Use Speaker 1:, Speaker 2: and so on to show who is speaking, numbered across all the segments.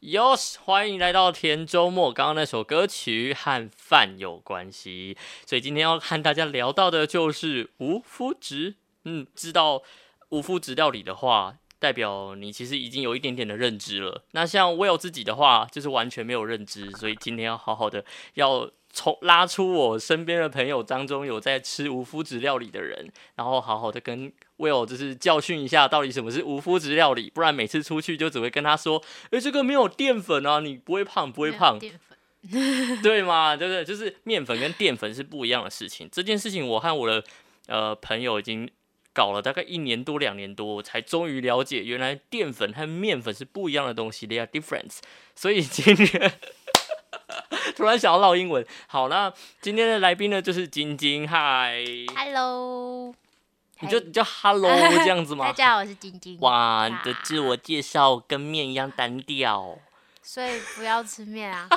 Speaker 1: 哟，欢迎来到田周末。刚刚那首歌曲和饭有关系，所以今天要和大家聊到的就是无麸质。嗯，知道无麸质料理的话，代表你其实已经有一点点的认知了。那像 Will 自己的话，就是完全没有认知，所以今天要好好的要从拉出我身边的朋友当中有在吃无麸质料理的人，然后好好的跟 Will 就是教训一下到底什么是无麸质料理，不然每次出去就只会跟他说，诶、这个没有淀粉啊，你不会胖，不会胖。
Speaker 2: 淀粉，
Speaker 1: 对嘛？对不对？就是面粉跟淀粉是不一样的事情。这件事情，我和我的呃朋友已经搞了大概一年多、两年多，才终于了解原来淀粉和面粉是不一样的东西，they are different。所 以今天 突然想要唠英文。好，那今天的来宾呢，就是晶晶，嗨，
Speaker 2: Hello，
Speaker 1: 你就你就 hello 这样子
Speaker 2: 大
Speaker 1: 吗？
Speaker 2: 家好，我是晶晶。
Speaker 1: 哇，你的自我介绍跟面一样单调。
Speaker 2: 所以不要吃面 啊，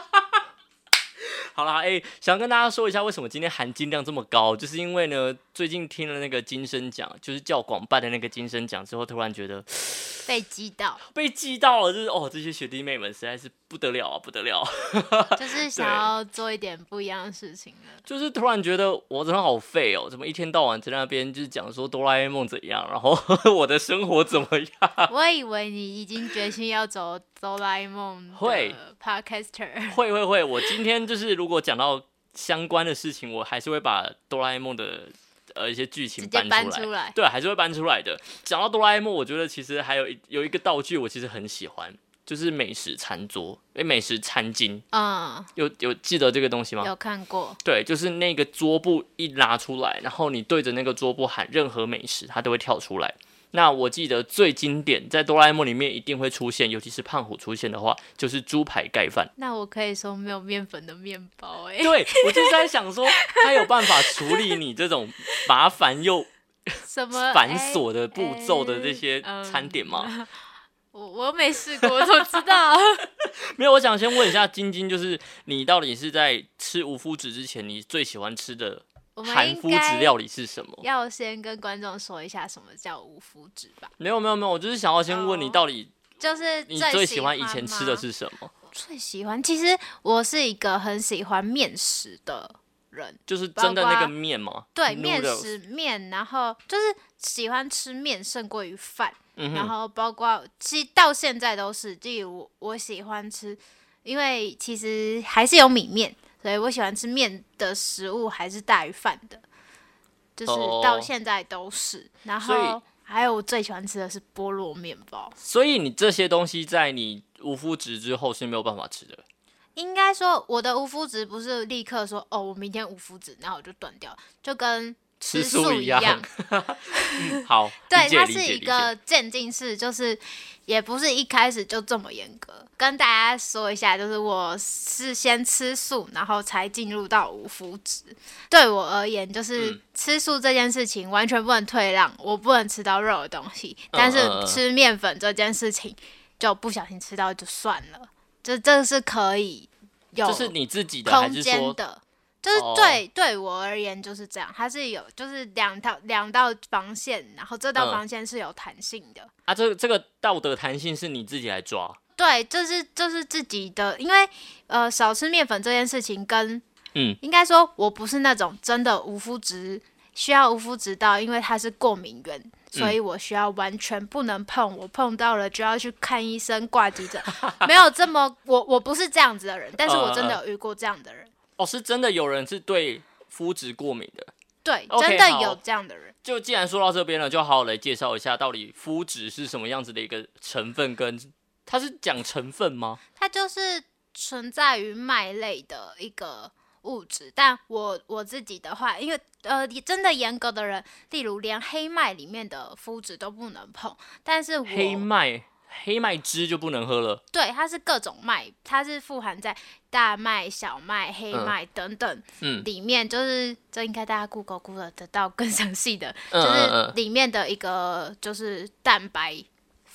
Speaker 1: 好啦，哎、想跟大家说一下，为什么今天含金量这么高，就是因为呢，最近听了那个金声奖，就是教广办的那个金声奖之后，突然觉得
Speaker 2: 被击倒，
Speaker 1: 被激到了，就是哦，这些学弟妹们实在是不得了啊，不得了啊，
Speaker 2: 就是想要做一点不一样的事情了。
Speaker 1: 就是突然觉得我真的好废哦，怎么一天到晚在那边就是讲说哆啦 A 梦怎样，然后 我的生活怎么样？
Speaker 2: 我以为你已经决心要走哆啦 A 梦
Speaker 1: 会
Speaker 2: 的 podcaster，
Speaker 1: 会会会，我今天就是如果讲到相关的事情，我还是会把哆啦 A 梦的呃一些剧
Speaker 2: 直
Speaker 1: 情
Speaker 2: 接
Speaker 1: 搬
Speaker 2: 搬
Speaker 1: 出来
Speaker 2: 出。来。
Speaker 1: 对，还是会搬出来的。讲到哆啦 A 梦，我觉得其实还有一有一个道具，我其实很喜欢，就是美食餐桌，诶，美食餐巾，
Speaker 2: 嗯，
Speaker 1: 有有记得这个东西吗？
Speaker 2: 有看过，
Speaker 1: 对，就是那个桌布一拉出来，然后你对着那个桌布喊任何美食，它都会跳出来。那我记得最经典在哆啦 A 梦里面一定会出现，尤其是胖虎出现的话，就是猪排盖饭。
Speaker 2: 那我可以说没有面粉的面包哎、
Speaker 1: 对我就是在想说，他有办法处理你这种麻烦 又
Speaker 2: 什么
Speaker 1: 繁
Speaker 2: 哎
Speaker 1: 琐的步骤的这些
Speaker 2: 哎
Speaker 1: 餐点吗？
Speaker 2: 我我没试过，我怎么知道？
Speaker 1: 没有，我想先问一下晶晶，就是你到底是在吃无麸质之前，你最喜欢吃的
Speaker 2: 我们
Speaker 1: 含
Speaker 2: 应
Speaker 1: 麸
Speaker 2: 该
Speaker 1: 质料理是什么？
Speaker 2: 要先跟观众说一下什么叫无麸质吧，
Speaker 1: 没有没有没有，我就是想要先问你，
Speaker 2: 哦
Speaker 1: 到底
Speaker 2: 就是
Speaker 1: 你最喜欢
Speaker 2: 欢
Speaker 1: 以前吃
Speaker 2: 吗
Speaker 1: 的是什么？
Speaker 2: 最喜欢。其实我是一个很喜欢面食的人，
Speaker 1: 就是真的那
Speaker 2: 包
Speaker 1: 个
Speaker 2: 括
Speaker 1: 面吗？
Speaker 2: 对
Speaker 1: Noodles
Speaker 2: 面，食面，然后就是喜欢吃面胜过于饭，
Speaker 1: 嗯
Speaker 2: 然
Speaker 1: 哼，
Speaker 2: 后包括其实到现在都是，例如我我喜欢吃，因为其实还是有米面，所以我喜欢吃面的食物还是大于饭的，就是
Speaker 1: 哦
Speaker 2: 到现在都是。然
Speaker 1: 所以
Speaker 2: 后还有我最喜欢吃的是菠萝面包。
Speaker 1: 所以你这些东西在你无麸质之后是没有办法吃的。
Speaker 2: 应该说，我的无麸质不是立刻说哦，我明天无麸质，然后我就断掉，就跟
Speaker 1: 吃素
Speaker 2: 素
Speaker 1: 一
Speaker 2: 一
Speaker 1: 样 好，
Speaker 2: 对，
Speaker 1: 理解
Speaker 2: 它
Speaker 1: 理
Speaker 2: 是
Speaker 1: 解
Speaker 2: 一
Speaker 1: 理解
Speaker 2: 个渐进式，就是也不是一开始就这么严格。跟大家说一下，就是我是先吃素，然后才进入到无麸质。对我而言，就是
Speaker 1: 嗯
Speaker 2: 吃素这件事情完全不能退让，我不能吃到肉的东西，
Speaker 1: 嗯
Speaker 2: 但是
Speaker 1: 嗯嗯
Speaker 2: 吃面粉这件事情就不小心吃到就算了，就这是可以有
Speaker 1: 这是你自己的还
Speaker 2: 空
Speaker 1: 是
Speaker 2: 间
Speaker 1: 说？
Speaker 2: 的，就是
Speaker 1: 哦
Speaker 2: 对、对我而言就是这样，它是有就是两条两道防线，然后这道
Speaker 1: 嗯
Speaker 2: 防线是有弹性的。
Speaker 1: 啊，这这个道德弹性是你自己来抓。
Speaker 2: 对，这是这是自己的，因为呃少吃面粉这件事情跟
Speaker 1: 嗯，
Speaker 2: 应该说我不是那种真的无麸质需要无麸质到，因为它是过敏源。
Speaker 1: 嗯
Speaker 2: 所以我需要完全不能碰，我碰到了就要去看医生挂急诊，没有这么我我不是这样子的人，但是我真
Speaker 1: 嗯
Speaker 2: 的有遇过这样的人，
Speaker 1: 哦，是真的有人是对麸质过敏的。
Speaker 2: 对
Speaker 1: OK，
Speaker 2: 真的
Speaker 1: 好
Speaker 2: 有这样的人。
Speaker 1: 就既然说到这边了，就好好来介绍一下到底麸质是什么样子的一个成分跟，它是讲成分吗？
Speaker 2: 它就是存在于麦类的一个物质。但我我自己的话，因为呃，真的严格的人，例如连黑麦里面的麸质都不能碰，但是我
Speaker 1: 黑麦黑麦汁就不能喝了。
Speaker 2: 对它是各种麦，它是富含在大麦、小麦、黑
Speaker 1: 嗯
Speaker 2: 麦等等、
Speaker 1: 嗯
Speaker 2: 里面，就是这应该大家 Google Google 得到更详细的，
Speaker 1: 嗯
Speaker 2: 就是
Speaker 1: 嗯
Speaker 2: 里面的一个就是蛋白。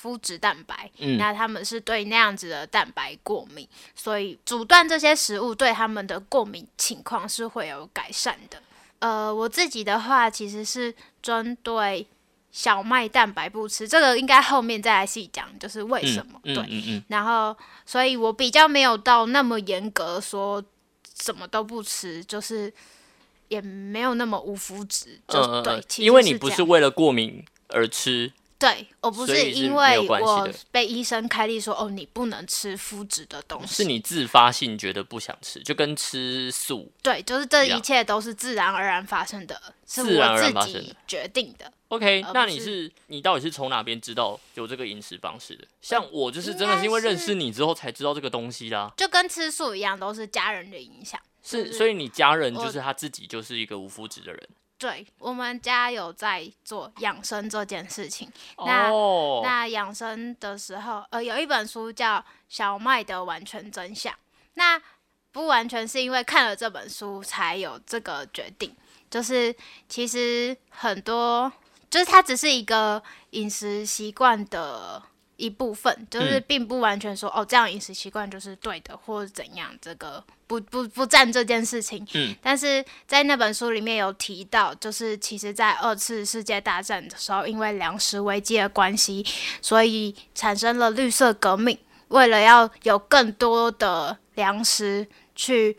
Speaker 2: 麸质蛋白，
Speaker 1: 嗯
Speaker 2: 那他们是对那样子的蛋白过敏，所以阻断这些食物对他们的过敏情况是会有改善的。呃，我自己的话其实是针对小麦蛋白不吃，这个应该后面再来细讲，就是为什么。
Speaker 1: 嗯
Speaker 2: 对，
Speaker 1: 嗯嗯
Speaker 2: 然后所以我比较没有到那么严格说什么都不吃，就是也没有那么无麸质，
Speaker 1: 嗯
Speaker 2: 就、
Speaker 1: 嗯
Speaker 2: 对
Speaker 1: 嗯，，
Speaker 2: 其实
Speaker 1: 因为你
Speaker 2: 这
Speaker 1: 不是
Speaker 2: 样
Speaker 1: 为了过敏而吃，
Speaker 2: 对我不
Speaker 1: 所
Speaker 2: 是
Speaker 1: 以是
Speaker 2: 因
Speaker 1: 没有
Speaker 2: 为
Speaker 1: 关系
Speaker 2: 我
Speaker 1: 的
Speaker 2: 被医生开立说哦你不能吃麸质的东西，
Speaker 1: 是你自发性觉得不想吃，就跟吃素。
Speaker 2: 对，就是这
Speaker 1: 一样
Speaker 2: 一切都是自然而然发生的，是
Speaker 1: 啊自然
Speaker 2: 我
Speaker 1: 而然发
Speaker 2: 自
Speaker 1: 生
Speaker 2: 己决定的。
Speaker 1: OK，
Speaker 2: 而
Speaker 1: 那
Speaker 2: 呃不
Speaker 1: 你
Speaker 2: 是
Speaker 1: 是你到底是从哪边知道有这个饮食方式的？像我就是真的是因为
Speaker 2: 应该
Speaker 1: 认
Speaker 2: 是
Speaker 1: 识你之后才知道这个东西啦、
Speaker 2: 就跟吃素一样，都是家人的影响。
Speaker 1: 是，
Speaker 2: 是
Speaker 1: 所以你家人就
Speaker 2: 我
Speaker 1: 是他自己就是一个无麸质的人。
Speaker 2: 对我们家有在做养生这件事情。那
Speaker 1: 哦，
Speaker 2: 那养生的时候，呃，有一本书叫《小麦的完全真相》。那不完全是因为看了这本书才有这个决定，就是其实很多，就是它只是一个饮食习惯的一部分，就是
Speaker 1: 嗯
Speaker 2: 并不完全说、哦，这样饮食习惯就是对的，或者怎样，这个不不不占这件事情。
Speaker 1: 嗯，
Speaker 2: 但是在那本书里面有提到，就是其实，在二次世界大战的时候，因为粮食危机的关系，所以产生了绿色革命。为了要有更多的粮食去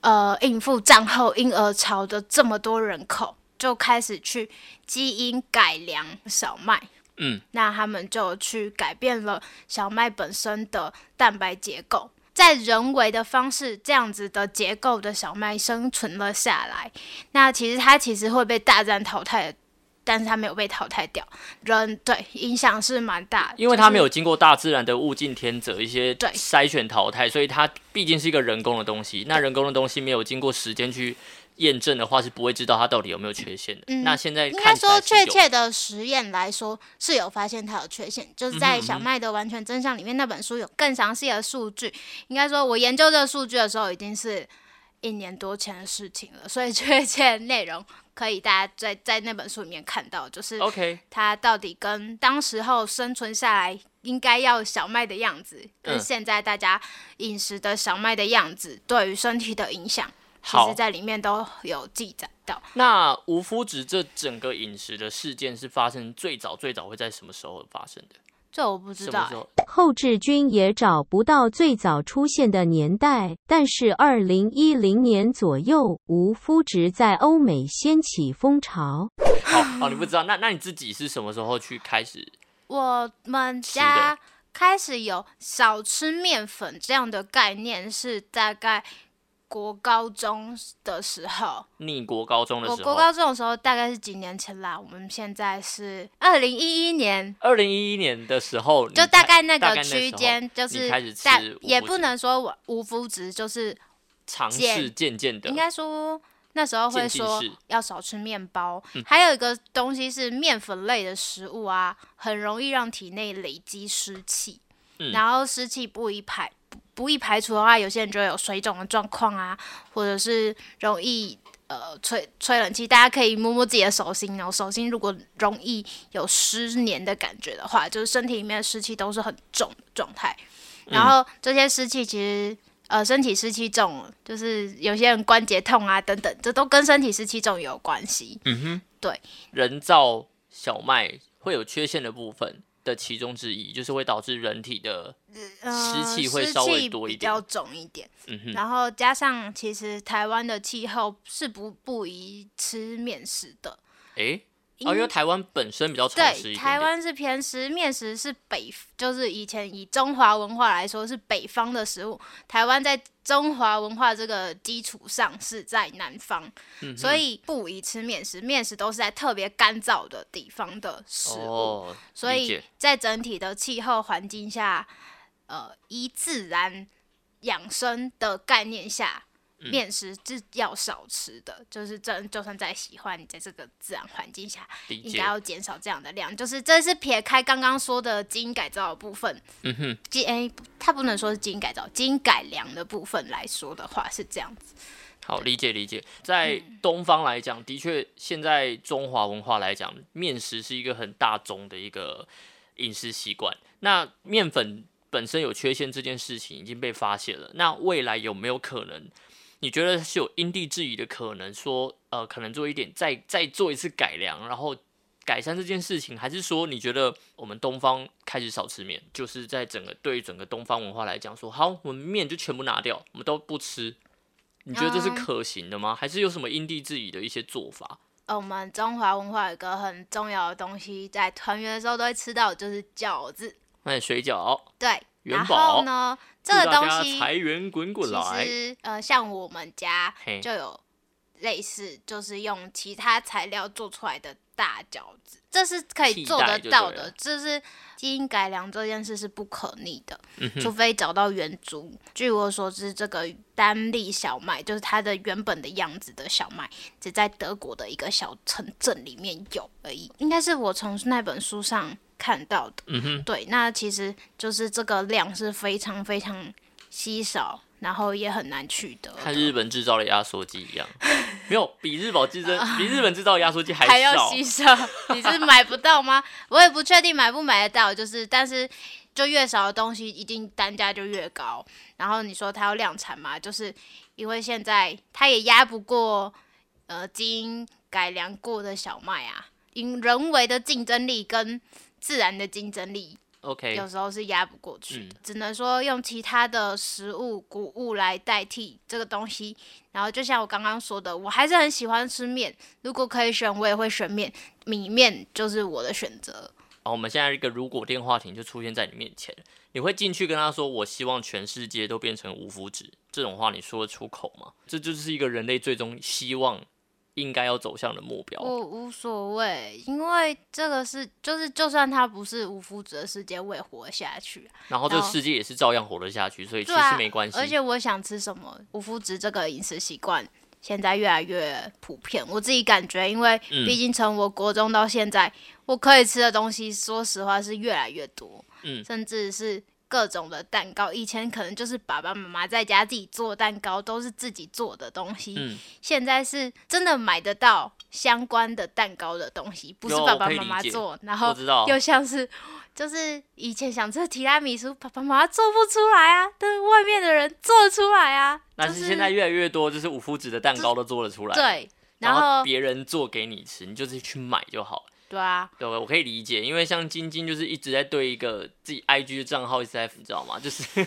Speaker 2: 呃应付战后婴儿潮的这么多人口，就开始去基因改良小麦。
Speaker 1: 嗯，
Speaker 2: 那他们就去改变了小麦本身的蛋白结构，在人为的方式，这样子的结构的小麦生存了下来。那其实它其实会被大战淘汰的，但是它没有被淘汰掉。人对影响是蛮大的，
Speaker 1: 因为它没
Speaker 2: 有。
Speaker 1: 有经过大自然的物竞天择一些
Speaker 2: 对
Speaker 1: 筛选淘汰，所以它毕竟是一个人工的东西。那人工的东西没有经过时间去验证的话，是不会知道它到底有没有缺陷的。
Speaker 2: 嗯
Speaker 1: 那现在
Speaker 2: 应该
Speaker 1: 看起来
Speaker 2: 说，
Speaker 1: 是有
Speaker 2: 确切的实验来说是有发现它有缺陷，就是在
Speaker 1: 嗯哼
Speaker 2: 《小麦的完全真相》里面那本书有更详细的数据。应该说，我研究这个数据的时候已经是一年多前的事情了，所以 确切的内容可以大家在在那本书里面看到，就是
Speaker 1: OK，
Speaker 2: 它到底跟当时候生存下来应该要小麦的样子，跟
Speaker 1: 嗯
Speaker 2: 现在大家饮食的小麦的样子对于身体的影响，其
Speaker 1: 好
Speaker 2: 实在里面都有记载到。
Speaker 1: 那无麸质这整个饮食的事件是发生最早最早会在什么时候发生的？
Speaker 2: 这我不知
Speaker 1: 什
Speaker 2: 道、
Speaker 1: 么
Speaker 2: 欸
Speaker 1: 时候？
Speaker 3: 后志军也找不到最早出现的年代，但是二零一零年左右，无麸质在欧美掀起风潮。
Speaker 1: 好，好，哦你不知道，那那你自己是什么时候去开始？
Speaker 2: 我们
Speaker 1: 吃的
Speaker 2: 家开始有少吃面粉这样的概念，是大概国高中的时候。
Speaker 1: 你国高中的
Speaker 2: 我
Speaker 1: 时
Speaker 2: 国
Speaker 1: 候，
Speaker 2: 高中的时候大概是几年前啦，我们现在是二零一一年。
Speaker 1: 二零一一年的时候，你
Speaker 2: 就大
Speaker 1: 开
Speaker 2: 概那
Speaker 1: 大概那
Speaker 2: 个
Speaker 1: 时候
Speaker 2: 区间，就
Speaker 1: 你
Speaker 2: 是
Speaker 1: 开始吃
Speaker 2: 但
Speaker 1: 无麸
Speaker 2: 也
Speaker 1: 质
Speaker 2: 不能说我无麸质，就是
Speaker 1: 尝
Speaker 2: 减
Speaker 1: 试渐渐的
Speaker 2: 应，该说那时候会
Speaker 1: 渐进
Speaker 2: 说
Speaker 1: 式
Speaker 2: 要少吃面包，
Speaker 1: 嗯
Speaker 2: 还有一个东西是面粉类的食物啊，很容易让体内累积湿气，
Speaker 1: 嗯
Speaker 2: 然后湿气不易排不不易排除的话，有些人就会有水肿的状况啊，或者是容易。呃，吹吹冷气，大家可以摸摸自己的手心，然后手心如果容易有湿黏的感觉的话，就是身体里面的湿气都是很重的状态。
Speaker 1: 嗯
Speaker 2: 然后这些湿气其实呃身体湿气重，就是有些人关节痛啊等等，这都跟身体湿气重有关系。
Speaker 1: 嗯哼，
Speaker 2: 对，
Speaker 1: 人造小麦会有缺陷的部分的其中之一，就是会导致人体的，
Speaker 2: 呃
Speaker 1: 湿气会
Speaker 2: 湿
Speaker 1: 稍微
Speaker 2: 气
Speaker 1: 多一
Speaker 2: 比较
Speaker 1: 点
Speaker 2: 重一点。
Speaker 1: 嗯哼，
Speaker 2: 然后加上其实台湾的气候是不不宜吃面食的，
Speaker 1: 诶，
Speaker 2: 因
Speaker 1: 哦，因为台湾本身比较潮湿一
Speaker 2: 对，
Speaker 1: 点
Speaker 2: 台
Speaker 1: 点，
Speaker 2: 湾是偏食，面食是北，就是以前以中华文化来说是北方的食物，台湾在中华文化这个基础上是在南方，
Speaker 1: 嗯哼
Speaker 2: 所以不宜吃面食，面食都是在特别干燥的地方的食物，
Speaker 1: 哦，
Speaker 2: 所
Speaker 1: 理
Speaker 2: 以
Speaker 1: 解
Speaker 2: 在整体的气候环境下，呃，依自然养生的概念下。
Speaker 1: 嗯
Speaker 2: 面食是要少吃的，就是真就算再喜欢，你在这个自然环境下，
Speaker 1: 理
Speaker 2: 应
Speaker 1: 解
Speaker 2: 该，要减少这样的量，就是这是撇开刚刚说的基因改造的部分，
Speaker 1: 嗯哼，
Speaker 2: 基诶、它不能说是基因改造，基因改良的部分来说的话是这样子。
Speaker 1: 好，理解理解。在
Speaker 2: 嗯
Speaker 1: 东方来讲，的确，现在中华文化来讲，面食是一个很大众的一个饮食习惯。那面粉本身有缺陷这件事情已经被发现了，那未来有没有可能？你觉得是有因地制宜的可能说呃，可能做一点再再做一次改良，然后改善这件事情，还是说你觉得我们东方开始少吃面，就是在整个对于整个东方文化来讲，说好，我们面就全部拿掉，我们都不吃？你觉得这是
Speaker 2: 嗯
Speaker 1: 可行的吗？还是有什么因地制宜的一些做法？
Speaker 2: 呃，我们中华文化有一个很重要的东西，在团圆的时候都会吃到，就是饺子。
Speaker 1: 那哎水饺，
Speaker 2: 对，
Speaker 1: 元
Speaker 2: 然
Speaker 1: 宝
Speaker 2: 后呢，这
Speaker 1: 祝
Speaker 2: 个
Speaker 1: 大
Speaker 2: 东
Speaker 1: 家
Speaker 2: 西
Speaker 1: 财源滚滚来
Speaker 2: 其。实呃，像我们家
Speaker 1: 嘿
Speaker 2: 就有类似，就是用其他材料做出来的大饺子，这是可以
Speaker 1: 替
Speaker 2: 做
Speaker 1: 代
Speaker 2: 得
Speaker 1: 就
Speaker 2: 到
Speaker 1: 对了
Speaker 2: 的。就是基因改良这件事是不可逆的，
Speaker 1: 嗯哼
Speaker 2: 除非找到原株。据我所知，这个单粒小麦就是它的原本的样子的小麦，只在德国的一个小城镇里面有而已。应该是我从那本书上看到的。
Speaker 1: 嗯哼，
Speaker 2: 对，那其实就是这个量是非常非常稀少，然后也很难取得的，
Speaker 1: 和日本制造的压缩机一样，没有比日本制造比日本制造的压缩机还
Speaker 2: 还要
Speaker 1: 少。
Speaker 2: 稀少，你是买不到吗？我也不确定买不买得到，就是但是就越少的东西，一定单价就越高。然后你说它要量产嘛，就是因为现在它也压不过呃基因改良过的小麦啊，因人为的竞争力跟自然的竞争力
Speaker 1: OK，
Speaker 2: 有时候是压不过去的，
Speaker 1: 哎嗯
Speaker 2: 只能说用其他的食物、谷物来代替这个东西。然后就像我刚刚说的，我还是很喜欢吃面，如果可以选，我也会选面，米面就是我的选择。
Speaker 1: 好，我们现在一个如果电话亭就出现在你面前，你会进去跟他说：“我希望全世界都变成无麸质。”这种话你说得出口吗？这就是一个人类最终希望应该要走向的目标。
Speaker 2: 我无所谓，因为这个是就是就算它不是无麸质的世界，我也活下去啊、
Speaker 1: 然后这个
Speaker 2: 到
Speaker 1: 世界也是照样活得下去，所以其
Speaker 2: 对
Speaker 1: 实
Speaker 2: 啊
Speaker 1: 没关系。
Speaker 2: 而且我想吃什么，无麸质这个饮食习惯现在越来越普遍。我自己感觉，因为
Speaker 1: 嗯
Speaker 2: 毕竟从我国中到现在，我可以吃的东西，说实话是越来越多，
Speaker 1: 嗯
Speaker 2: 甚至是各种的蛋糕。以前可能就是爸爸妈妈在家自己做蛋糕，都是自己做的东西。
Speaker 1: 嗯，
Speaker 2: 现在是真的买得到相关的蛋糕的东西，不是
Speaker 1: 有
Speaker 2: 爸
Speaker 1: 我
Speaker 2: 爸
Speaker 1: 可以
Speaker 2: 妈
Speaker 1: 理
Speaker 2: 妈
Speaker 1: 解
Speaker 2: 做，然
Speaker 1: 我
Speaker 2: 后
Speaker 1: 知道。
Speaker 2: 又像是就是以前想吃提拉米苏，爸爸妈妈做不出来啊，但是外面的人做得出来啊，
Speaker 1: 但
Speaker 2: 就是
Speaker 1: 现在越来越多，就是无麸质的蛋糕都做得出来。，
Speaker 2: 对，
Speaker 1: 然
Speaker 2: 然后
Speaker 1: 别人做给你吃，你就是去买就好了。
Speaker 2: 对啊，
Speaker 1: 对，我可以理解，因为像晶晶就是一直在对一个自己 IG 的账号一直在，你知道吗？就是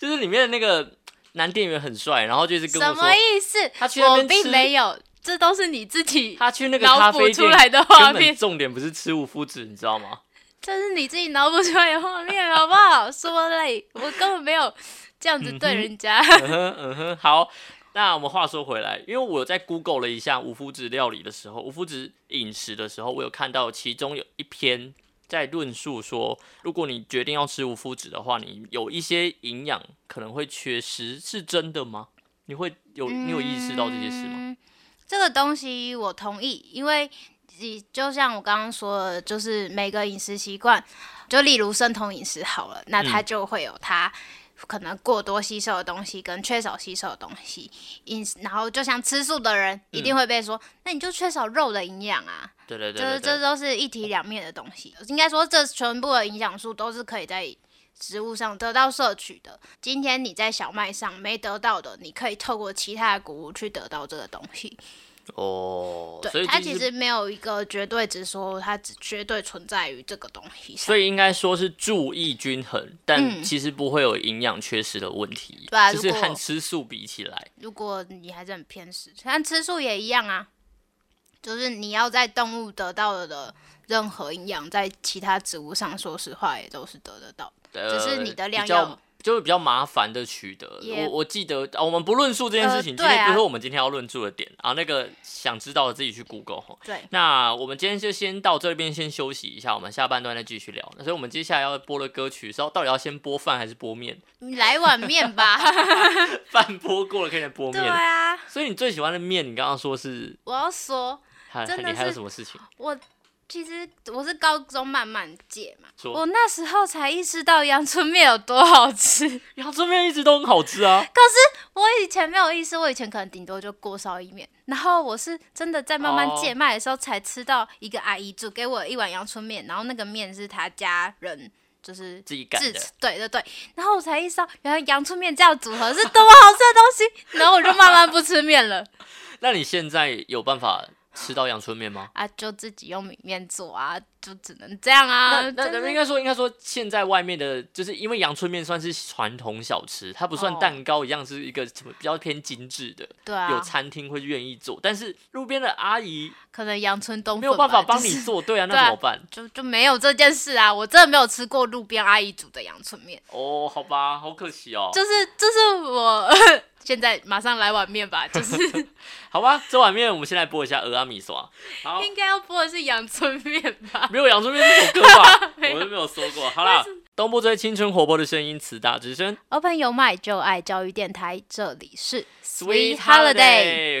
Speaker 1: 就是里面的那个男店员很帅，然后就是跟
Speaker 2: 什
Speaker 1: 我说
Speaker 2: 么意思？
Speaker 1: 他去那
Speaker 2: 我
Speaker 1: 边
Speaker 2: 并
Speaker 1: 吃，
Speaker 2: 没有，这都是你自己，
Speaker 1: 他去那个
Speaker 2: 脑
Speaker 1: 咖
Speaker 2: 补
Speaker 1: 啡
Speaker 2: 出
Speaker 1: 店
Speaker 2: 来的画
Speaker 1: 根本
Speaker 2: 面
Speaker 1: 重点不是吃无麸质，你知道吗？
Speaker 2: 这是你自己脑补出来的画面，好不好？说 嘞，我根本没有这样子对人家。
Speaker 1: 嗯哼，嗯哼，好。那我们话说回来，因为我在 Google 了一下无麸质料理的时候，无麸质饮食的时候，我有看到其中有一篇在论述说，如果你决定要吃无麸质的话，你有一些营养可能会缺失，是真的吗？你会有你有意识到这些事吗？
Speaker 2: 嗯这个东西我同意，因为你就像我刚刚说的，就是每个饮食习惯，就例如生酮饮食好了，那它
Speaker 1: 嗯
Speaker 2: 就会有它。可能过多吸收的东西跟缺少吸收的东西，饮食然后就像吃素的人
Speaker 1: 嗯
Speaker 2: 一定会被说，那你就缺少肉的营养啊，
Speaker 1: 对对对
Speaker 2: 这
Speaker 1: 对
Speaker 2: 这
Speaker 1: 对，
Speaker 2: 都是一体两面的东西。应该说，这全部的营养素都是可以在食物上得到摄取的。今天你在小麦上没得到的，你可以透过其他的谷物去得到这个东西。
Speaker 1: 哦，所
Speaker 2: 对，
Speaker 1: 以
Speaker 2: 它
Speaker 1: 就
Speaker 2: 其
Speaker 1: 是
Speaker 2: 实没有一个绝对值说它只绝对存在于这个东西上。
Speaker 1: 所以应该说是注意均衡，但
Speaker 2: 嗯
Speaker 1: 其实不会有营养缺失的问题，
Speaker 2: 对啊
Speaker 1: 就是
Speaker 2: 如果
Speaker 1: 和吃素比起来，
Speaker 2: 如果你还是很偏食，但吃素也一样啊，就是你要在动物得到的任何营养，在其他植物上，说实话也都是得得到的。
Speaker 1: 呃，
Speaker 2: 只是你的量
Speaker 1: 比较
Speaker 2: 要
Speaker 1: 就是比较麻烦的取得。
Speaker 2: 也
Speaker 1: 我我记得、啊，我们不论述这件事情，今
Speaker 2: 呃
Speaker 1: 天
Speaker 2: 对啊
Speaker 1: 不是我们今天要论述的点啊。那个想知道的自己去 Google 哈。
Speaker 2: 对，
Speaker 1: 那我们今天就先到这边，先休息一下，我们下半段再继续聊。那所以我们接下来要播的歌曲是要到底要先播饭还是播面？
Speaker 2: 你来碗面吧。
Speaker 1: 饭播过了可以来播
Speaker 2: 对
Speaker 1: 面。
Speaker 2: 啊，
Speaker 1: 所以你最喜欢的面，你刚刚说是
Speaker 2: 我要说，
Speaker 1: 还
Speaker 2: 真的
Speaker 1: 你还有
Speaker 2: 是
Speaker 1: 什么事情？
Speaker 2: 我其实我是高中慢慢戒嘛，
Speaker 1: 说
Speaker 2: 我那时候才意识到阳春面有多好吃。
Speaker 1: 阳春面一直都很好吃啊。
Speaker 2: 我以前没有意识，我以前可能顶多就过烧意面，然后我是真的在慢慢戒
Speaker 1: 哦
Speaker 2: 麦的时候才吃到一个阿姨煮给我一碗阳春面，然后那个面是她家人。就是
Speaker 1: 自己擀的
Speaker 2: 制对对对。然后我才意识到，原来阳春面这样组合是 多么好吃的东西。然后我就慢慢不吃面了。
Speaker 1: 那你现在有办法吃到阳春面吗？
Speaker 2: 啊，就自己用米面做啊，就只能这样啊。
Speaker 1: 那那
Speaker 2: 真
Speaker 1: 那
Speaker 2: 的
Speaker 1: 应该说，应该说，现在外面的，就是因为阳春面算是传统小吃，它不算
Speaker 2: 哦
Speaker 1: 蛋糕一样，是一个什么比较偏精致的，
Speaker 2: 对啊，
Speaker 1: 有餐厅会愿意做，但是路边的阿姨
Speaker 2: 可能阳春冬
Speaker 1: 没有
Speaker 2: 粉吧
Speaker 1: 办法帮
Speaker 2: 就
Speaker 1: 你
Speaker 2: 是
Speaker 1: 做， 对啊，那
Speaker 2: 对啊
Speaker 1: 怎么办？
Speaker 2: 就就没有这件事啊！我真的没有吃过路边阿姨煮的阳春面，
Speaker 1: 哦，好吧，好可惜哦。
Speaker 2: 就是就是我 现在马上来碗面吧，就是
Speaker 1: 好吧，这碗面我们先来播一下俄阿米索啊。好，
Speaker 2: 应该要播的是阳春面吧？
Speaker 1: 没有杨春面这首歌吧？
Speaker 2: 没有
Speaker 1: 我都没有说过。 好啦，东部最青春活泼的声音，慈大之声
Speaker 2: Open 有麦就爱教育电台，这里是
Speaker 1: Sweet
Speaker 2: Holiday。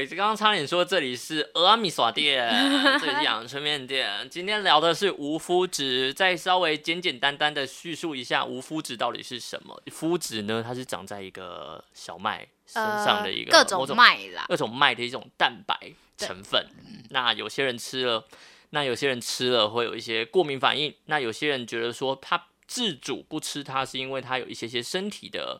Speaker 1: Holiday。刚刚差点说这里是俄阿米索店， 这里是阳春面店。今天聊的是无麸质，再稍微简简单单的叙述一下无麸质到底是什么。麸质呢，它是长在一个小麦身上的一个、
Speaker 2: 呃各
Speaker 1: 某种
Speaker 2: 种麦啦，
Speaker 1: 各种麦的一种蛋白成分。那有些人吃了，那有些人吃了会有一些过敏反应。那有些人觉得说他自主不吃它，是因为它有一些些身体的。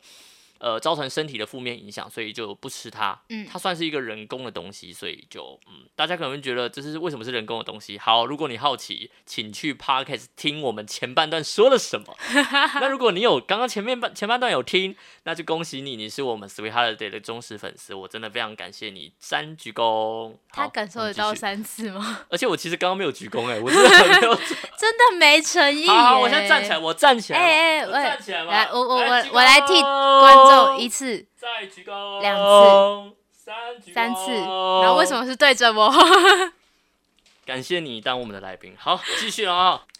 Speaker 1: 呃，造成身体的负面影响，所以就不吃它。
Speaker 2: 嗯
Speaker 1: 它算是一个人工的东西，所以就嗯，大家可能会觉得这是为什么是人工的东西。好，如果你好奇，请去 podcast 听我们前半段说了什 么。那如果你有刚刚前面半前半段有听，那就恭喜你，你是我们 Sweet Holiday 的忠实粉丝，我真的非常感谢你，三鞠躬。
Speaker 2: 他
Speaker 1: 好
Speaker 2: 感受得
Speaker 1: 我
Speaker 2: 到
Speaker 1: 们继续
Speaker 2: 三次吗？
Speaker 1: 而且我其实刚刚没有鞠躬哎、我真的很没有。
Speaker 2: 真的没诚意耶！
Speaker 1: 好好，我现在站起来，我站起来嘛，
Speaker 2: 哎哎
Speaker 1: 我
Speaker 2: 哎
Speaker 1: 站起来嘛，
Speaker 2: 来，我我我
Speaker 1: 鞠躬
Speaker 2: 我来替观众一次、
Speaker 1: 再鞠躬
Speaker 2: 两次、
Speaker 1: 三鞠躬
Speaker 2: 三次，然后为什么是对着我？
Speaker 1: 感谢你当我们的来宾。好，继续啊、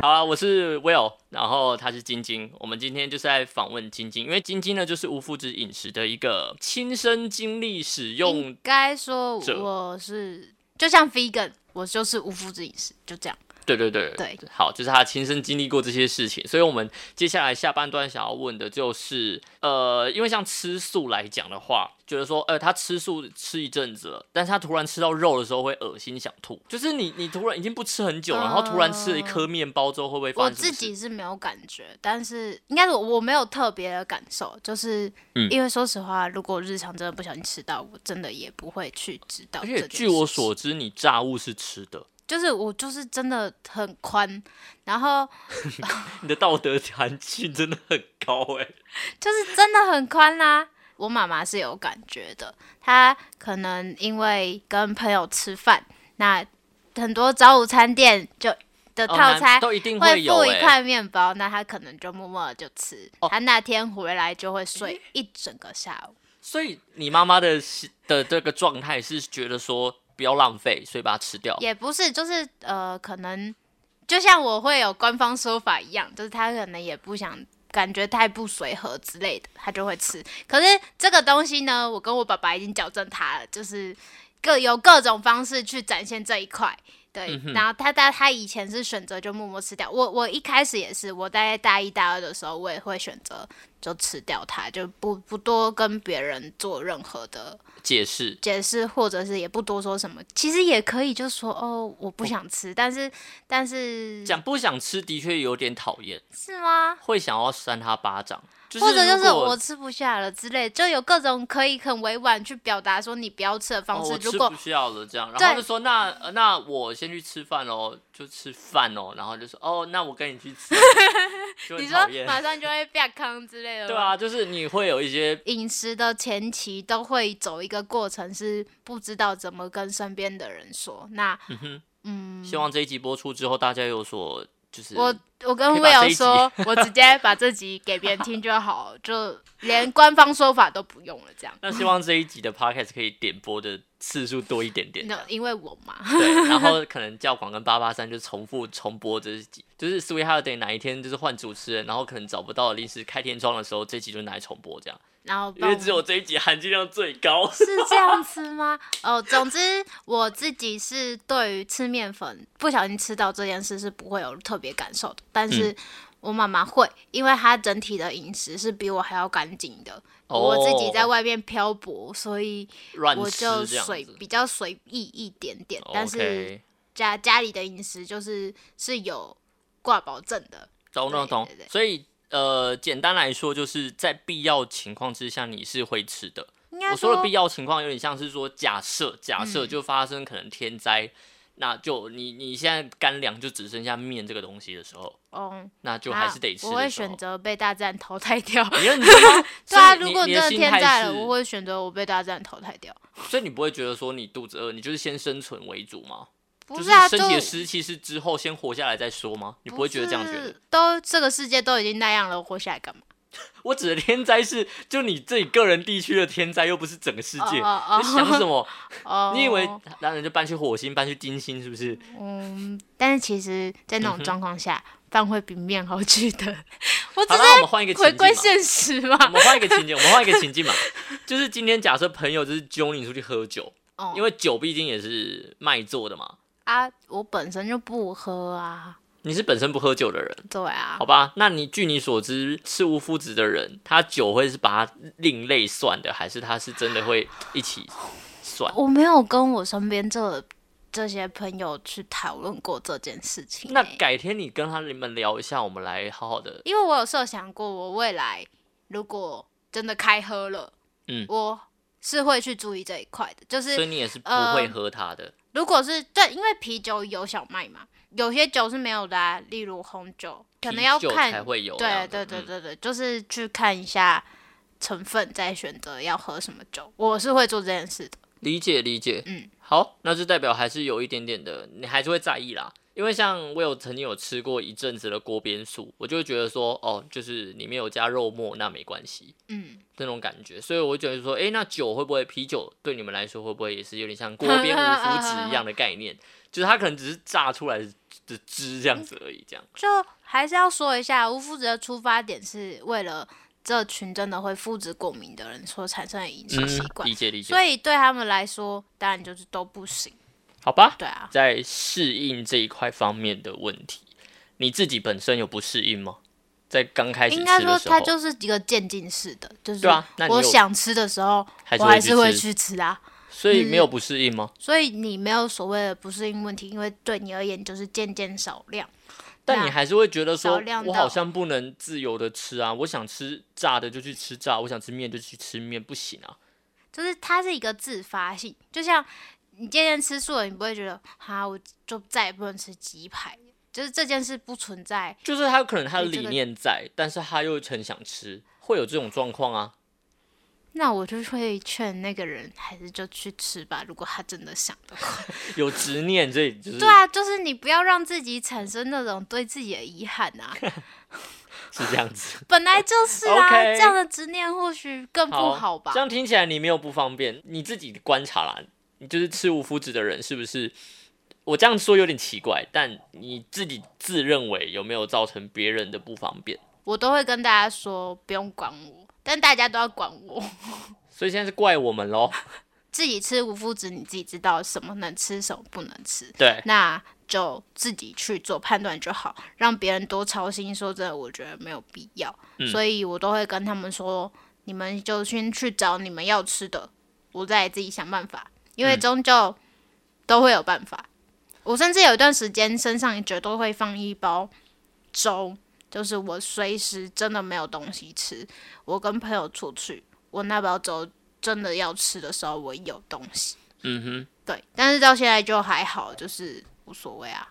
Speaker 1: 好啊，我是 Will，然后他是晶晶。我们今天就是在访问晶晶，因为晶晶呢就是无麸质饮食的一个亲身经历使用
Speaker 2: 应。该说
Speaker 1: 者
Speaker 2: 我是就像 vegan，我就是无麸质饮食，就这样。
Speaker 1: 对对对
Speaker 2: 对，
Speaker 1: 好，就是他亲身经历过这些事情，所以我们接下来下半段想要问的就是，呃，因为像吃素来讲的话，觉得说，呃，他吃素吃一阵子了，但是他突然吃到肉的时候会恶心想吐，就是你你突然已经不吃很久了，然后突然吃了一颗面包之后，会不会发
Speaker 2: 哦我
Speaker 1: 生什么
Speaker 2: 自
Speaker 1: 事？
Speaker 2: 己是没有感觉，但是应该是我我没有特别的感受，就是、
Speaker 1: 嗯
Speaker 2: 因为说实话，如果日常真的不小心吃到，我真的也不会去知道
Speaker 1: 而
Speaker 2: 这件
Speaker 1: 且
Speaker 2: 事情。
Speaker 1: 据我所知，你炸物是吃的，
Speaker 2: 就是我就是真的很宽，然后
Speaker 1: 你的道德 弹性真的很高哎、
Speaker 2: 就是真的很宽啦、我妈妈是有感觉的，她可能因为跟朋友吃饭，那很多早午餐店就的
Speaker 1: 哦
Speaker 2: 套
Speaker 1: 难
Speaker 2: 餐
Speaker 1: 都一定
Speaker 2: 会
Speaker 1: 有
Speaker 2: 附一
Speaker 1: 哎、
Speaker 2: 块面包，那她可能就默默的就吃
Speaker 1: 哦。
Speaker 2: 她那天回来就会睡一整个下午。
Speaker 1: 所以你妈妈的心的这个状态是觉得说不要浪费，所以把它吃掉。
Speaker 2: 也不是，就是呃，可能就像我会有官方说法一样，就是他可能也不想感觉太不随和之类的，他就会吃。可是这个东西呢，我跟我爸爸已经矫正他了，就是各有各种方式去展现这一块。对，
Speaker 1: 嗯哼
Speaker 2: 然后他他他以前是选择就默默吃掉，我我一开始也是，我大概大一大二的时候，我也会选择就吃掉它，就不不多跟别人做任何的
Speaker 1: 解释。
Speaker 2: 解释，或者是也不多说什么。其实也可以就说哦，我不想吃，但是但是
Speaker 1: 讲不想吃的确有点讨厌，
Speaker 2: 是吗？
Speaker 1: 会想要扇他巴掌，就是、哦
Speaker 2: 或者就是我。吃不下了之类，就有各种可以很委婉去表达说你不要吃的
Speaker 1: 哦
Speaker 2: 方式。
Speaker 1: 我
Speaker 2: 如
Speaker 1: 吃
Speaker 2: 果
Speaker 1: 不需要了，这样，然后
Speaker 2: 对
Speaker 1: 他就说那呃那我先去吃饭喽，就吃饭哦，然后就说哦，那我跟你去吃， 就很
Speaker 2: 你说
Speaker 1: 讨厌，
Speaker 2: 马上就会变康之类 的，
Speaker 1: 对。啊，就是你会有一些
Speaker 2: 饮食的前期都会走一个过程，是不知道怎么跟身边的人说。那嗯
Speaker 1: 希望这一集播出之后，大家有所就是
Speaker 2: 我我跟
Speaker 1: 可以把这
Speaker 2: Will
Speaker 1: 一集
Speaker 2: 说，我直接把这集给别人听就好，就连官方说法都不用了，这样。
Speaker 1: 那希望这一集的 podcast 可以点播的次数多一点点，
Speaker 2: 那因为我嘛，
Speaker 1: 对，然后可能教广跟八八三就重复重播这一集，就是《Sweet Holiday》哪一天就是换主持人，然后可能找不到临时开天窗的时候，这一集就拿来重播这样，
Speaker 2: 然后
Speaker 1: 因为只有这一集含金量最高。
Speaker 2: 是这样子吗？哦，总之我自己是对于吃面粉不小心吃到这件事是不会有特别感受的，但是
Speaker 1: 嗯
Speaker 2: 我妈妈会，因为她整体的饮食是比我还要干净的。
Speaker 1: 哦
Speaker 2: 我自己在外面漂泊，所以
Speaker 1: 乱
Speaker 2: 我
Speaker 1: 吃
Speaker 2: 就
Speaker 1: 这样
Speaker 2: 随
Speaker 1: 子。哦
Speaker 2: 比较随意一点点，但是
Speaker 1: OK，
Speaker 2: 家家里的饮食就是是有挂保证的。
Speaker 1: 懂懂懂
Speaker 2: 对对。对
Speaker 1: 所以呃，简单来说，就是在必要情况之下，你是会吃的，
Speaker 2: 应该嗯
Speaker 1: 我说的必要情况有点像是说，假设假设就发生可能天灾，那就你你现在干粮就只剩下面这个东西的时候，
Speaker 2: 哦，
Speaker 1: 那就
Speaker 2: 啊
Speaker 1: 还是得吃的时候。
Speaker 2: 我会选择被大战淘汰掉。
Speaker 1: 你认 真吗？
Speaker 2: 对啊，
Speaker 1: 所以你
Speaker 2: 如果
Speaker 1: 你
Speaker 2: 真
Speaker 1: 的
Speaker 2: 的
Speaker 1: 心
Speaker 2: 天
Speaker 1: 态
Speaker 2: 灾
Speaker 1: 是
Speaker 2: 了，我会选择我被大战淘汰掉。
Speaker 1: 所以你不会觉得说你肚子饿，你就是先生存为主吗？
Speaker 2: 不
Speaker 1: 是
Speaker 2: 是啊，
Speaker 1: 身
Speaker 2: 就
Speaker 1: 体的湿气是之后先活下来再说吗？你不会觉得这样觉得
Speaker 2: 是？都这个世界都已经那样了，我活下来干嘛？
Speaker 1: 我指的天灾是就你自己个人地区的天灾，又不是整个世界。
Speaker 2: 哦哦哦
Speaker 1: 你想什么？
Speaker 2: 哦，
Speaker 1: 你以为当然就搬去火星，搬去金星，是不是？
Speaker 2: 嗯，但是其实，在
Speaker 1: 嗯
Speaker 2: 那种状况下，饭会比面好吃的。我只
Speaker 1: 好啦，
Speaker 2: 是
Speaker 1: 我们换一个情
Speaker 2: 回
Speaker 1: 境
Speaker 2: 归
Speaker 1: 嘛。
Speaker 2: 现实
Speaker 1: 我
Speaker 2: 嘛。
Speaker 1: 们换一个情境，我们换一个情境嘛，就是今天假设朋友就是揪你出去喝酒，
Speaker 2: 哦
Speaker 1: 因为酒毕竟也是卖做的嘛。
Speaker 2: 啊，我本身就不喝啊，
Speaker 1: 你是本身不喝酒的人，
Speaker 2: 对啊
Speaker 1: 好，吧？那你据你所知，吃无麸质的人，他酒会是把它另类算的，还是他是真的会一起算？
Speaker 2: 我没有跟我身边这这些朋友去讨论过这件事情欸、
Speaker 1: 那改天你跟他们聊一下，我们来好好的。
Speaker 2: 因为我有设想过，我未来如果真的开喝了，
Speaker 1: 嗯
Speaker 2: 我是会去注意这一块的，就是
Speaker 1: 所以你也是不
Speaker 2: 呃
Speaker 1: 会喝它的，
Speaker 2: 如果是对，因为啤酒有小麦嘛，有些酒是没有的、啊，例如红酒，可能要
Speaker 1: 啤酒
Speaker 2: 看
Speaker 1: 才会有这
Speaker 2: 对
Speaker 1: 样子。
Speaker 2: 对对
Speaker 1: 嗯
Speaker 2: 对对，就是去看一下成分，再选择要喝什么酒。我是会做这件事的。
Speaker 1: 理解理解，
Speaker 2: 嗯，
Speaker 1: 好，那就代表还是有一点点的，你还是会在意啦。因为像我有曾经有吃过一阵子的锅边素，我就会觉得说，哦，就是里面有加肉末，那没关系
Speaker 2: 嗯，
Speaker 1: 那种感觉。所以我就觉得说，诶，那酒会不会啤酒对你们来说会不会也是有点 像锅边无麸质一样的概念？就是它可能只是榨出来的汁这样子而已，这样。
Speaker 2: 就还是要说一下，无麸质的出发点是为了这群真的会麸质过敏的人所产生的饮食嗯习惯，
Speaker 1: 理解理解
Speaker 2: 所。以对他们来说，当然就是都不行。
Speaker 1: 好吧，
Speaker 2: 对啊，
Speaker 1: 在适应这一块方面的问题，你自己本身有不适应吗？在刚开始
Speaker 2: 应
Speaker 1: 吃
Speaker 2: 该说
Speaker 1: 的时候，
Speaker 2: 它就是一个渐进式的，就是
Speaker 1: 对啊那你
Speaker 2: 我
Speaker 1: 有
Speaker 2: 想吃的时候，
Speaker 1: 还是
Speaker 2: 我
Speaker 1: 会
Speaker 2: 还
Speaker 1: 去
Speaker 2: 是会
Speaker 1: 吃
Speaker 2: 去吃啊。
Speaker 1: 所以没有不适应吗？
Speaker 2: 所以你没有所谓的不适应问题，因为对你而言就是渐渐少量。
Speaker 1: 但你还是会觉得
Speaker 2: 少
Speaker 1: 说
Speaker 2: 量，
Speaker 1: 我
Speaker 2: 到
Speaker 1: 好像不能自由的吃啊，我想吃炸的就去吃炸，我想吃面就去吃面，不行啊。
Speaker 2: 就是它是一个自发性，就像你渐渐吃素了，你不会觉得哈，我就再也不能吃鸡排，就是这件事不存在。
Speaker 1: 就是他可能他的
Speaker 2: 你这
Speaker 1: 理
Speaker 2: 个
Speaker 1: 念在，但是他又很想吃，会有这种状况 啊。
Speaker 2: 那我就会劝那个人，还是就去吃吧。如果他真的想的话，
Speaker 1: 有执念，这就是
Speaker 2: 对啊，就是你不要让自己产生那种对自己的遗憾 啊，
Speaker 1: 是这样子。
Speaker 2: 本来就是啊
Speaker 1: OK
Speaker 2: 这样的执念或许更不好吧
Speaker 1: 啊这。样听起来你没有不方便，你自己观察啦，你就是吃无麸质的人是不是？我这样说有点奇怪，但你自己自认为有没有造成别人的不方便？
Speaker 2: 我都会跟大家说，不用管我，但大家都要管我。
Speaker 1: 所以现在是怪我们喽？
Speaker 2: 自己吃无麸质，你自己知道什么能吃，什么不能吃，
Speaker 1: 对，
Speaker 2: 那就自己去做判断就好，让别人多操心。说真的，我觉得没有必要，
Speaker 1: 嗯
Speaker 2: 所以我都会跟他们说，你们就先去找你们要吃的，我再自己想办法，因为
Speaker 1: 嗯
Speaker 2: 终究都会有办法。我甚至有一段时间身上绝对会放一包粥，就是我随时真的没有东西吃，我跟朋友出去，我那包粥真的要吃的时候，我有东西。
Speaker 1: 嗯哼。
Speaker 2: 对，但是到现在就还好，就是无所谓啊，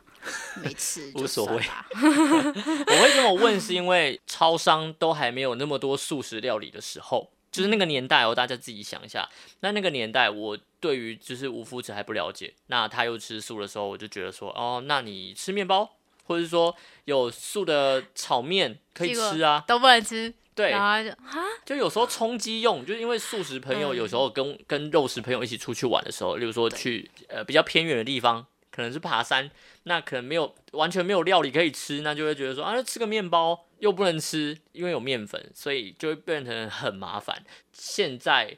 Speaker 2: 没吃就
Speaker 1: 无所
Speaker 2: 算
Speaker 1: 谓
Speaker 2: 啦
Speaker 1: 我会这么问，是因为超商都还没有那么多素食料理的时候，就是那个年代哦，大家自己想一下。那那个年代，我对于就是无麸质还不了解，那他又吃素的时候，我就觉得说，哦，那你吃面包，或者是说有素的炒面可以
Speaker 2: 结果
Speaker 1: 吃啊，
Speaker 2: 都不能吃。
Speaker 1: 对，
Speaker 2: 然后就哈，
Speaker 1: 就有时候充饥用，就是因为素食朋友
Speaker 2: 嗯
Speaker 1: 有时候跟、跟肉食朋友一起出去玩的时候，例如说去呃比较偏远的地方，可能是爬山，那可能没有完全没有料理可以吃，那就会觉得说啊，那吃个面包又不能吃，因为有面粉，所以就会变成很麻烦。现在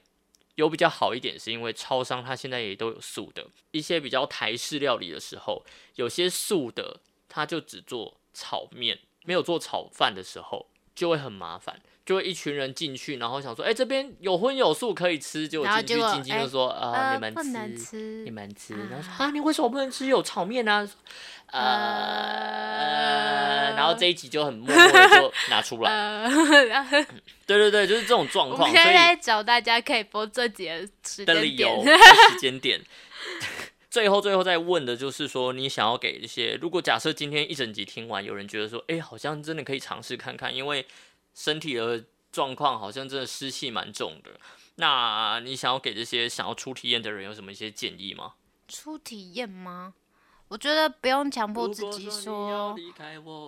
Speaker 1: 有比较好一点，是因为超商它现在也都有素的，一些比较台式料理的时候，有些素的它就只做炒面，没有做炒饭的时候，就会很麻烦，就会一群人进去，然后想说，哎、这边有荤有素可以吃，结果
Speaker 2: 然后
Speaker 1: 进去
Speaker 2: 结果
Speaker 1: 进去就
Speaker 2: 哎
Speaker 1: 说，啊，你
Speaker 2: 呃，
Speaker 1: 们
Speaker 2: 不能
Speaker 1: 吃，
Speaker 2: 吃
Speaker 1: 你们吃，然后说
Speaker 2: 啊
Speaker 1: 啊，你为什么不能吃？有炒面啊，说
Speaker 2: 呃
Speaker 1: 呃，然后这一集就很默默的就拿出来，
Speaker 2: 呃，然后
Speaker 1: 对对对，就是这种状
Speaker 2: 我
Speaker 1: 况，
Speaker 2: 们
Speaker 1: 所
Speaker 2: 现在
Speaker 1: 以
Speaker 2: 在找大家可以播这集的时
Speaker 1: 的
Speaker 2: 间
Speaker 1: 理由、
Speaker 2: 点。
Speaker 1: 和时间点。 最后，最后再问的就是说，你想要给一些，如果假设今天一整集听完，有人觉得说，哎、好像真的可以尝试看看，因为身体的状况好像真的湿气蛮重的。那你想要给这些想要初体验的人有什么一些建议吗？
Speaker 2: 初体验吗？我觉得不用强迫自己
Speaker 1: 说
Speaker 2: 说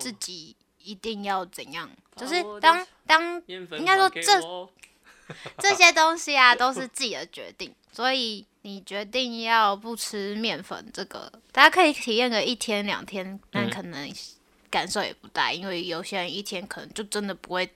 Speaker 2: 自
Speaker 1: 自
Speaker 2: 己一定要怎样，
Speaker 1: 把
Speaker 2: 就是
Speaker 1: 我的
Speaker 2: 当当应该说这 这些东西啊，都是自己的决定，所以你决定要不吃面粉，这个大家可以体验个一天两天，但
Speaker 1: 嗯
Speaker 2: 可能感受也不大，因为有些人一天可能就真的不会，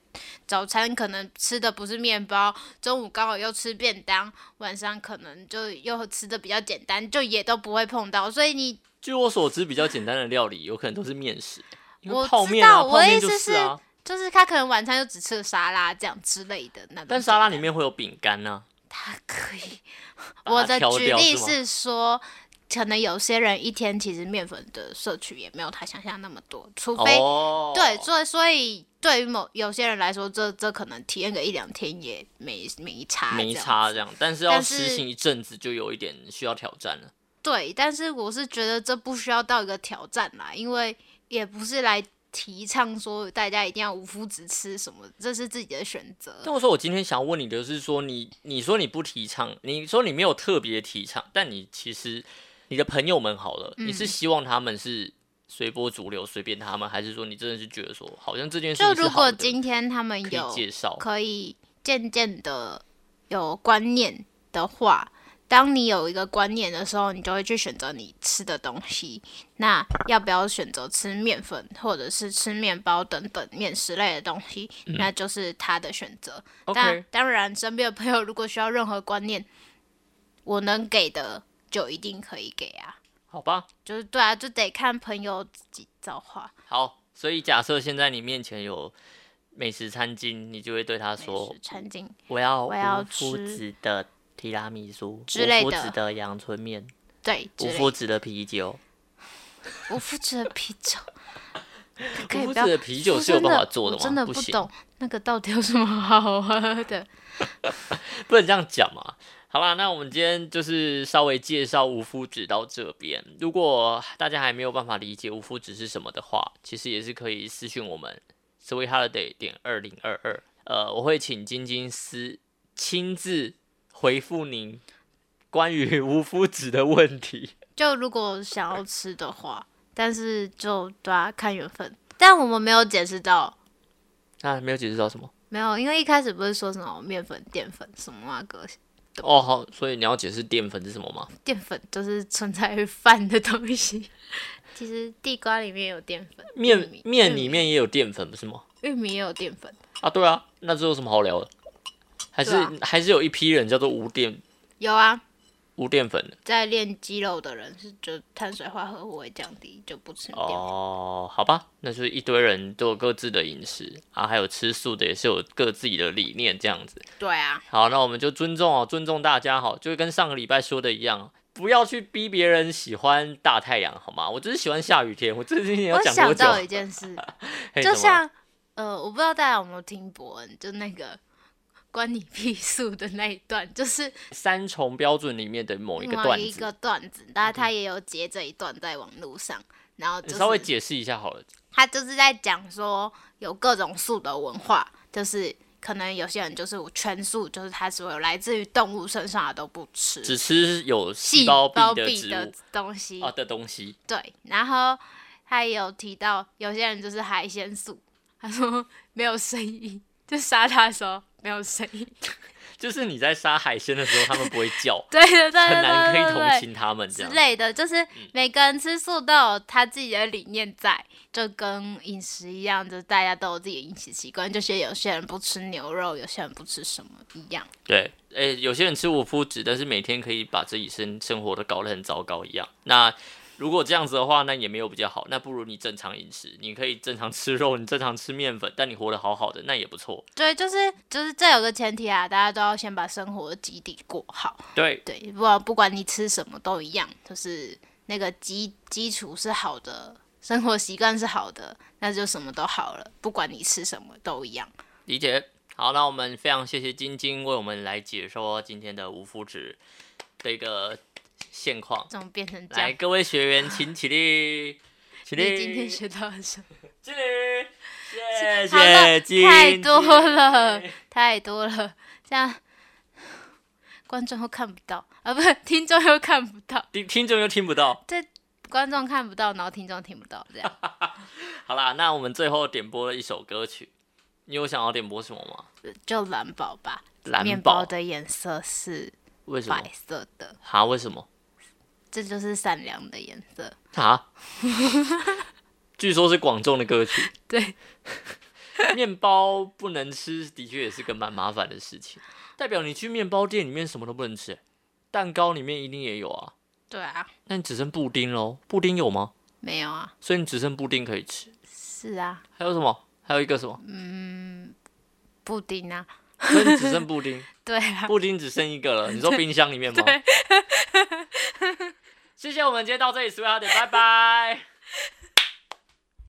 Speaker 2: 早餐可能吃的不是面包，中午刚好又吃便当，晚上可能就又吃的比较简单，就也都不会碰到，所以你
Speaker 1: 据我所知，比较简单的料理有可能都是面食，因为
Speaker 2: 我
Speaker 1: 泡
Speaker 2: 知
Speaker 1: 面啊，
Speaker 2: 道我
Speaker 1: 泡
Speaker 2: 的
Speaker 1: 面
Speaker 2: 意
Speaker 1: 就
Speaker 2: 思
Speaker 1: 是啊，
Speaker 2: 就是他可能晚餐就只吃了沙拉这样之类的那种，
Speaker 1: 但沙拉里面会有饼干啊呢。
Speaker 2: 他可以。
Speaker 1: 把它
Speaker 2: 我的
Speaker 1: 挑
Speaker 2: 举
Speaker 1: 掉是
Speaker 2: 例
Speaker 1: 吗
Speaker 2: 是说，可能有些人一天其实面粉的摄取也没有他想象那么多，除非、
Speaker 1: 哦，
Speaker 2: 对，所以所以对于某有些人来说，这这可能体验个一两天也没没差，
Speaker 1: 没差。这样，但是要
Speaker 2: 但是
Speaker 1: 实行一阵子就有一点需要挑战了。
Speaker 2: 对，但是我是觉得这不需要到一个挑战啦，因为也不是来提倡说大家一定要无麸质吃什么，这是自己的选择。
Speaker 1: 但我说我今天想要问你的是说你，你说你不提倡，你说你没有特别提倡，但你其实你的朋友们好了，你是
Speaker 2: 嗯
Speaker 1: 希望他们是随波逐流，随便他们，还是说你真的是觉得说好像这件事
Speaker 2: 就
Speaker 1: 情是
Speaker 2: 如
Speaker 1: 好
Speaker 2: 果
Speaker 1: 的
Speaker 2: 今天他们
Speaker 1: 可以
Speaker 2: 有
Speaker 1: 介绍，
Speaker 2: 可以渐渐的有观念的话，当你有一个观念的时候，你就会去选择你吃的东西。那要不要选择吃面粉，或者是吃面包等等面食类的东西，那就是他的选择。但
Speaker 1: OK，
Speaker 2: 当然，身边的朋友如果需要任何观念，我能给的就一定可以给啊。
Speaker 1: 好吧，
Speaker 2: 就是对啊，就得看朋友自己造化。
Speaker 1: 好。所以假设现在你面前有美食餐巾，你就会对他
Speaker 2: 美
Speaker 1: 说
Speaker 2: 食餐巾
Speaker 1: 我要
Speaker 2: 我要
Speaker 1: 无麸
Speaker 2: 吃
Speaker 1: 质的提拉米苏
Speaker 2: 之类
Speaker 1: 无麸
Speaker 2: 的
Speaker 1: 质的阳春面，
Speaker 2: 对，之
Speaker 1: 无
Speaker 2: 类的
Speaker 1: 麸质的啤酒，
Speaker 2: 我负责啤 酒，可可以
Speaker 1: 无麸
Speaker 2: 不
Speaker 1: 质
Speaker 2: 要
Speaker 1: 的啤酒
Speaker 2: 说
Speaker 1: 是有
Speaker 2: 真
Speaker 1: 办法做
Speaker 2: 我
Speaker 1: 吗？
Speaker 2: 真的
Speaker 1: 不
Speaker 2: 不
Speaker 1: 行，
Speaker 2: 懂那个到底有什么好喝的。
Speaker 1: 不能这样讲嘛。好啦，那我们今天就是稍微介绍无麸质到这边。如果大家还没有办法理解无麸质是什么的话，其实也是可以私讯我们 Sweet Holiday 点二零二二，呃，我会请晶晶私亲自回复您关于无麸质的问题。
Speaker 2: 就如果想要吃的话，但是就对啊，看缘分。但我们没有解释到，
Speaker 1: 啊，没有解释到什么？
Speaker 2: 没有，因为一开始不是说什么面粉、淀粉什么啊个
Speaker 1: 哦，好，所以你要解释淀粉是什么吗？
Speaker 2: 淀粉就是存在于饭的东西。 其实地瓜里面有淀粉，玉
Speaker 1: 面
Speaker 2: 米
Speaker 1: 面里面也有淀粉，不是吗？
Speaker 2: 玉米也有淀粉，
Speaker 1: 啊，对啊，那这有什么好聊的？还是、
Speaker 2: 对啊
Speaker 1: 还是有一批人叫做无淀
Speaker 2: 有啊。
Speaker 1: 无淀粉的
Speaker 2: 在练肌肉的人是就碳水化合物会降低，就不吃淀粉。
Speaker 1: 哦，好吧，那就是一堆人都有各自的饮食啊，还有吃素的也是有各自己的理念这样子。
Speaker 2: 对啊，
Speaker 1: 好，那我们就尊重哦，尊重大家好，就跟上个礼拜说的一样，不要去逼别人喜欢大太阳好吗？我只是喜欢下雨天，我这件事情要
Speaker 2: 我
Speaker 1: 讲多
Speaker 2: 想
Speaker 1: 久？
Speaker 2: 到一 件事，
Speaker 1: 嘿怎么
Speaker 2: 就
Speaker 1: 了
Speaker 2: 像呃，我不知道大家有没有听伯恩，就那个关你屁事的那一段，就是
Speaker 1: 三重标准里面的某哦一个
Speaker 2: 某
Speaker 1: 段
Speaker 2: 一
Speaker 1: 子，嗯
Speaker 2: 个段子，但是他也有截这一段在网络上，然后就
Speaker 1: 你
Speaker 2: 是
Speaker 1: 稍微解释一下好了。
Speaker 2: 他就是在讲说有各种素的文化，就是可能有些人就是全素，就是他所有来自于动物身上的都不吃，
Speaker 1: 只吃有细
Speaker 2: 细
Speaker 1: 胞
Speaker 2: 胞
Speaker 1: 壁的
Speaker 2: 壁
Speaker 1: 植
Speaker 2: 的
Speaker 1: 物
Speaker 2: 东西
Speaker 1: 啊的东西，
Speaker 2: 对，然后他也有提到有些人就是海鲜素，他说没有声音，就杀他的时候没有声音。
Speaker 1: 就是你在杀海鲜的时候，他们不会叫
Speaker 2: ，对对对 对
Speaker 1: 很难可以
Speaker 2: 对
Speaker 1: 同
Speaker 2: 对对
Speaker 1: 情他们这
Speaker 2: 之
Speaker 1: 样。嗯
Speaker 2: 类的，就是每个人吃素都有他自己的理念在，就跟饮食一样，就是大家都有自己的饮食习惯，就是有些人不吃牛肉，有些人不吃什么一样。
Speaker 1: 对，诶、有些人吃无麸质，但是每天可以把自己生生活的搞得很糟糕一样。那如果这样子的话，那也没有比较好，那不如你正常饮食，你可以正常吃肉，你正常吃面粉，但你活得好好的，那也不错。
Speaker 2: 对，就是就是这有个前提啊，大家都要先把生活的基底过好。
Speaker 1: 对，
Speaker 2: 对，不然不管你吃什么都一样，就是那个基基础是好的，生活习惯是好的，那就什么都好了。不管你吃什么都一样。
Speaker 1: 理解。好，那我们非常谢谢晶晶为我们来解说今天的无麸质的一个现况。
Speaker 2: 怎么变成这
Speaker 1: 来，
Speaker 2: 样？
Speaker 1: 各位学员，请起立，起
Speaker 2: 你
Speaker 1: 立，
Speaker 2: 今天学到了什么？
Speaker 1: 起立，谢
Speaker 2: 好了
Speaker 1: 谢晶晶，
Speaker 2: 太多了，太多了，这样观众又看不到啊，不是听众又看不到，
Speaker 1: 听听众又听不到。
Speaker 2: 观众看不到，然后听众听不到，这
Speaker 1: 啊
Speaker 2: 样
Speaker 1: 好啦，那我们最后点播了一首歌曲，你有想要点播什么吗？
Speaker 2: 就蓝宝吧。
Speaker 1: 蓝
Speaker 2: 面
Speaker 1: 宝
Speaker 2: 包的颜色是
Speaker 1: 为什么
Speaker 2: 白？色的，
Speaker 1: 哈？为什么？
Speaker 2: 这就是善良的颜色。
Speaker 1: 哈？据说是广众的歌曲。
Speaker 2: 对，
Speaker 1: 面包不能吃，的确也是个蛮麻烦的事情。代表你去面包店里面什么都不能吃、蛋糕里面一定也有啊。
Speaker 2: 对啊，
Speaker 1: 那你只剩布丁喽？布丁有吗？
Speaker 2: 没有啊，
Speaker 1: 所以你只剩布丁可以吃。
Speaker 2: 是啊，
Speaker 1: 还有什么？还有一个什么？
Speaker 2: 布丁啊，
Speaker 1: 所以你只剩布丁，
Speaker 2: 对啊，
Speaker 1: 布丁只剩一个了。你说冰箱里面 吗？谢谢，我们今天到这里，苏亚点，拜拜。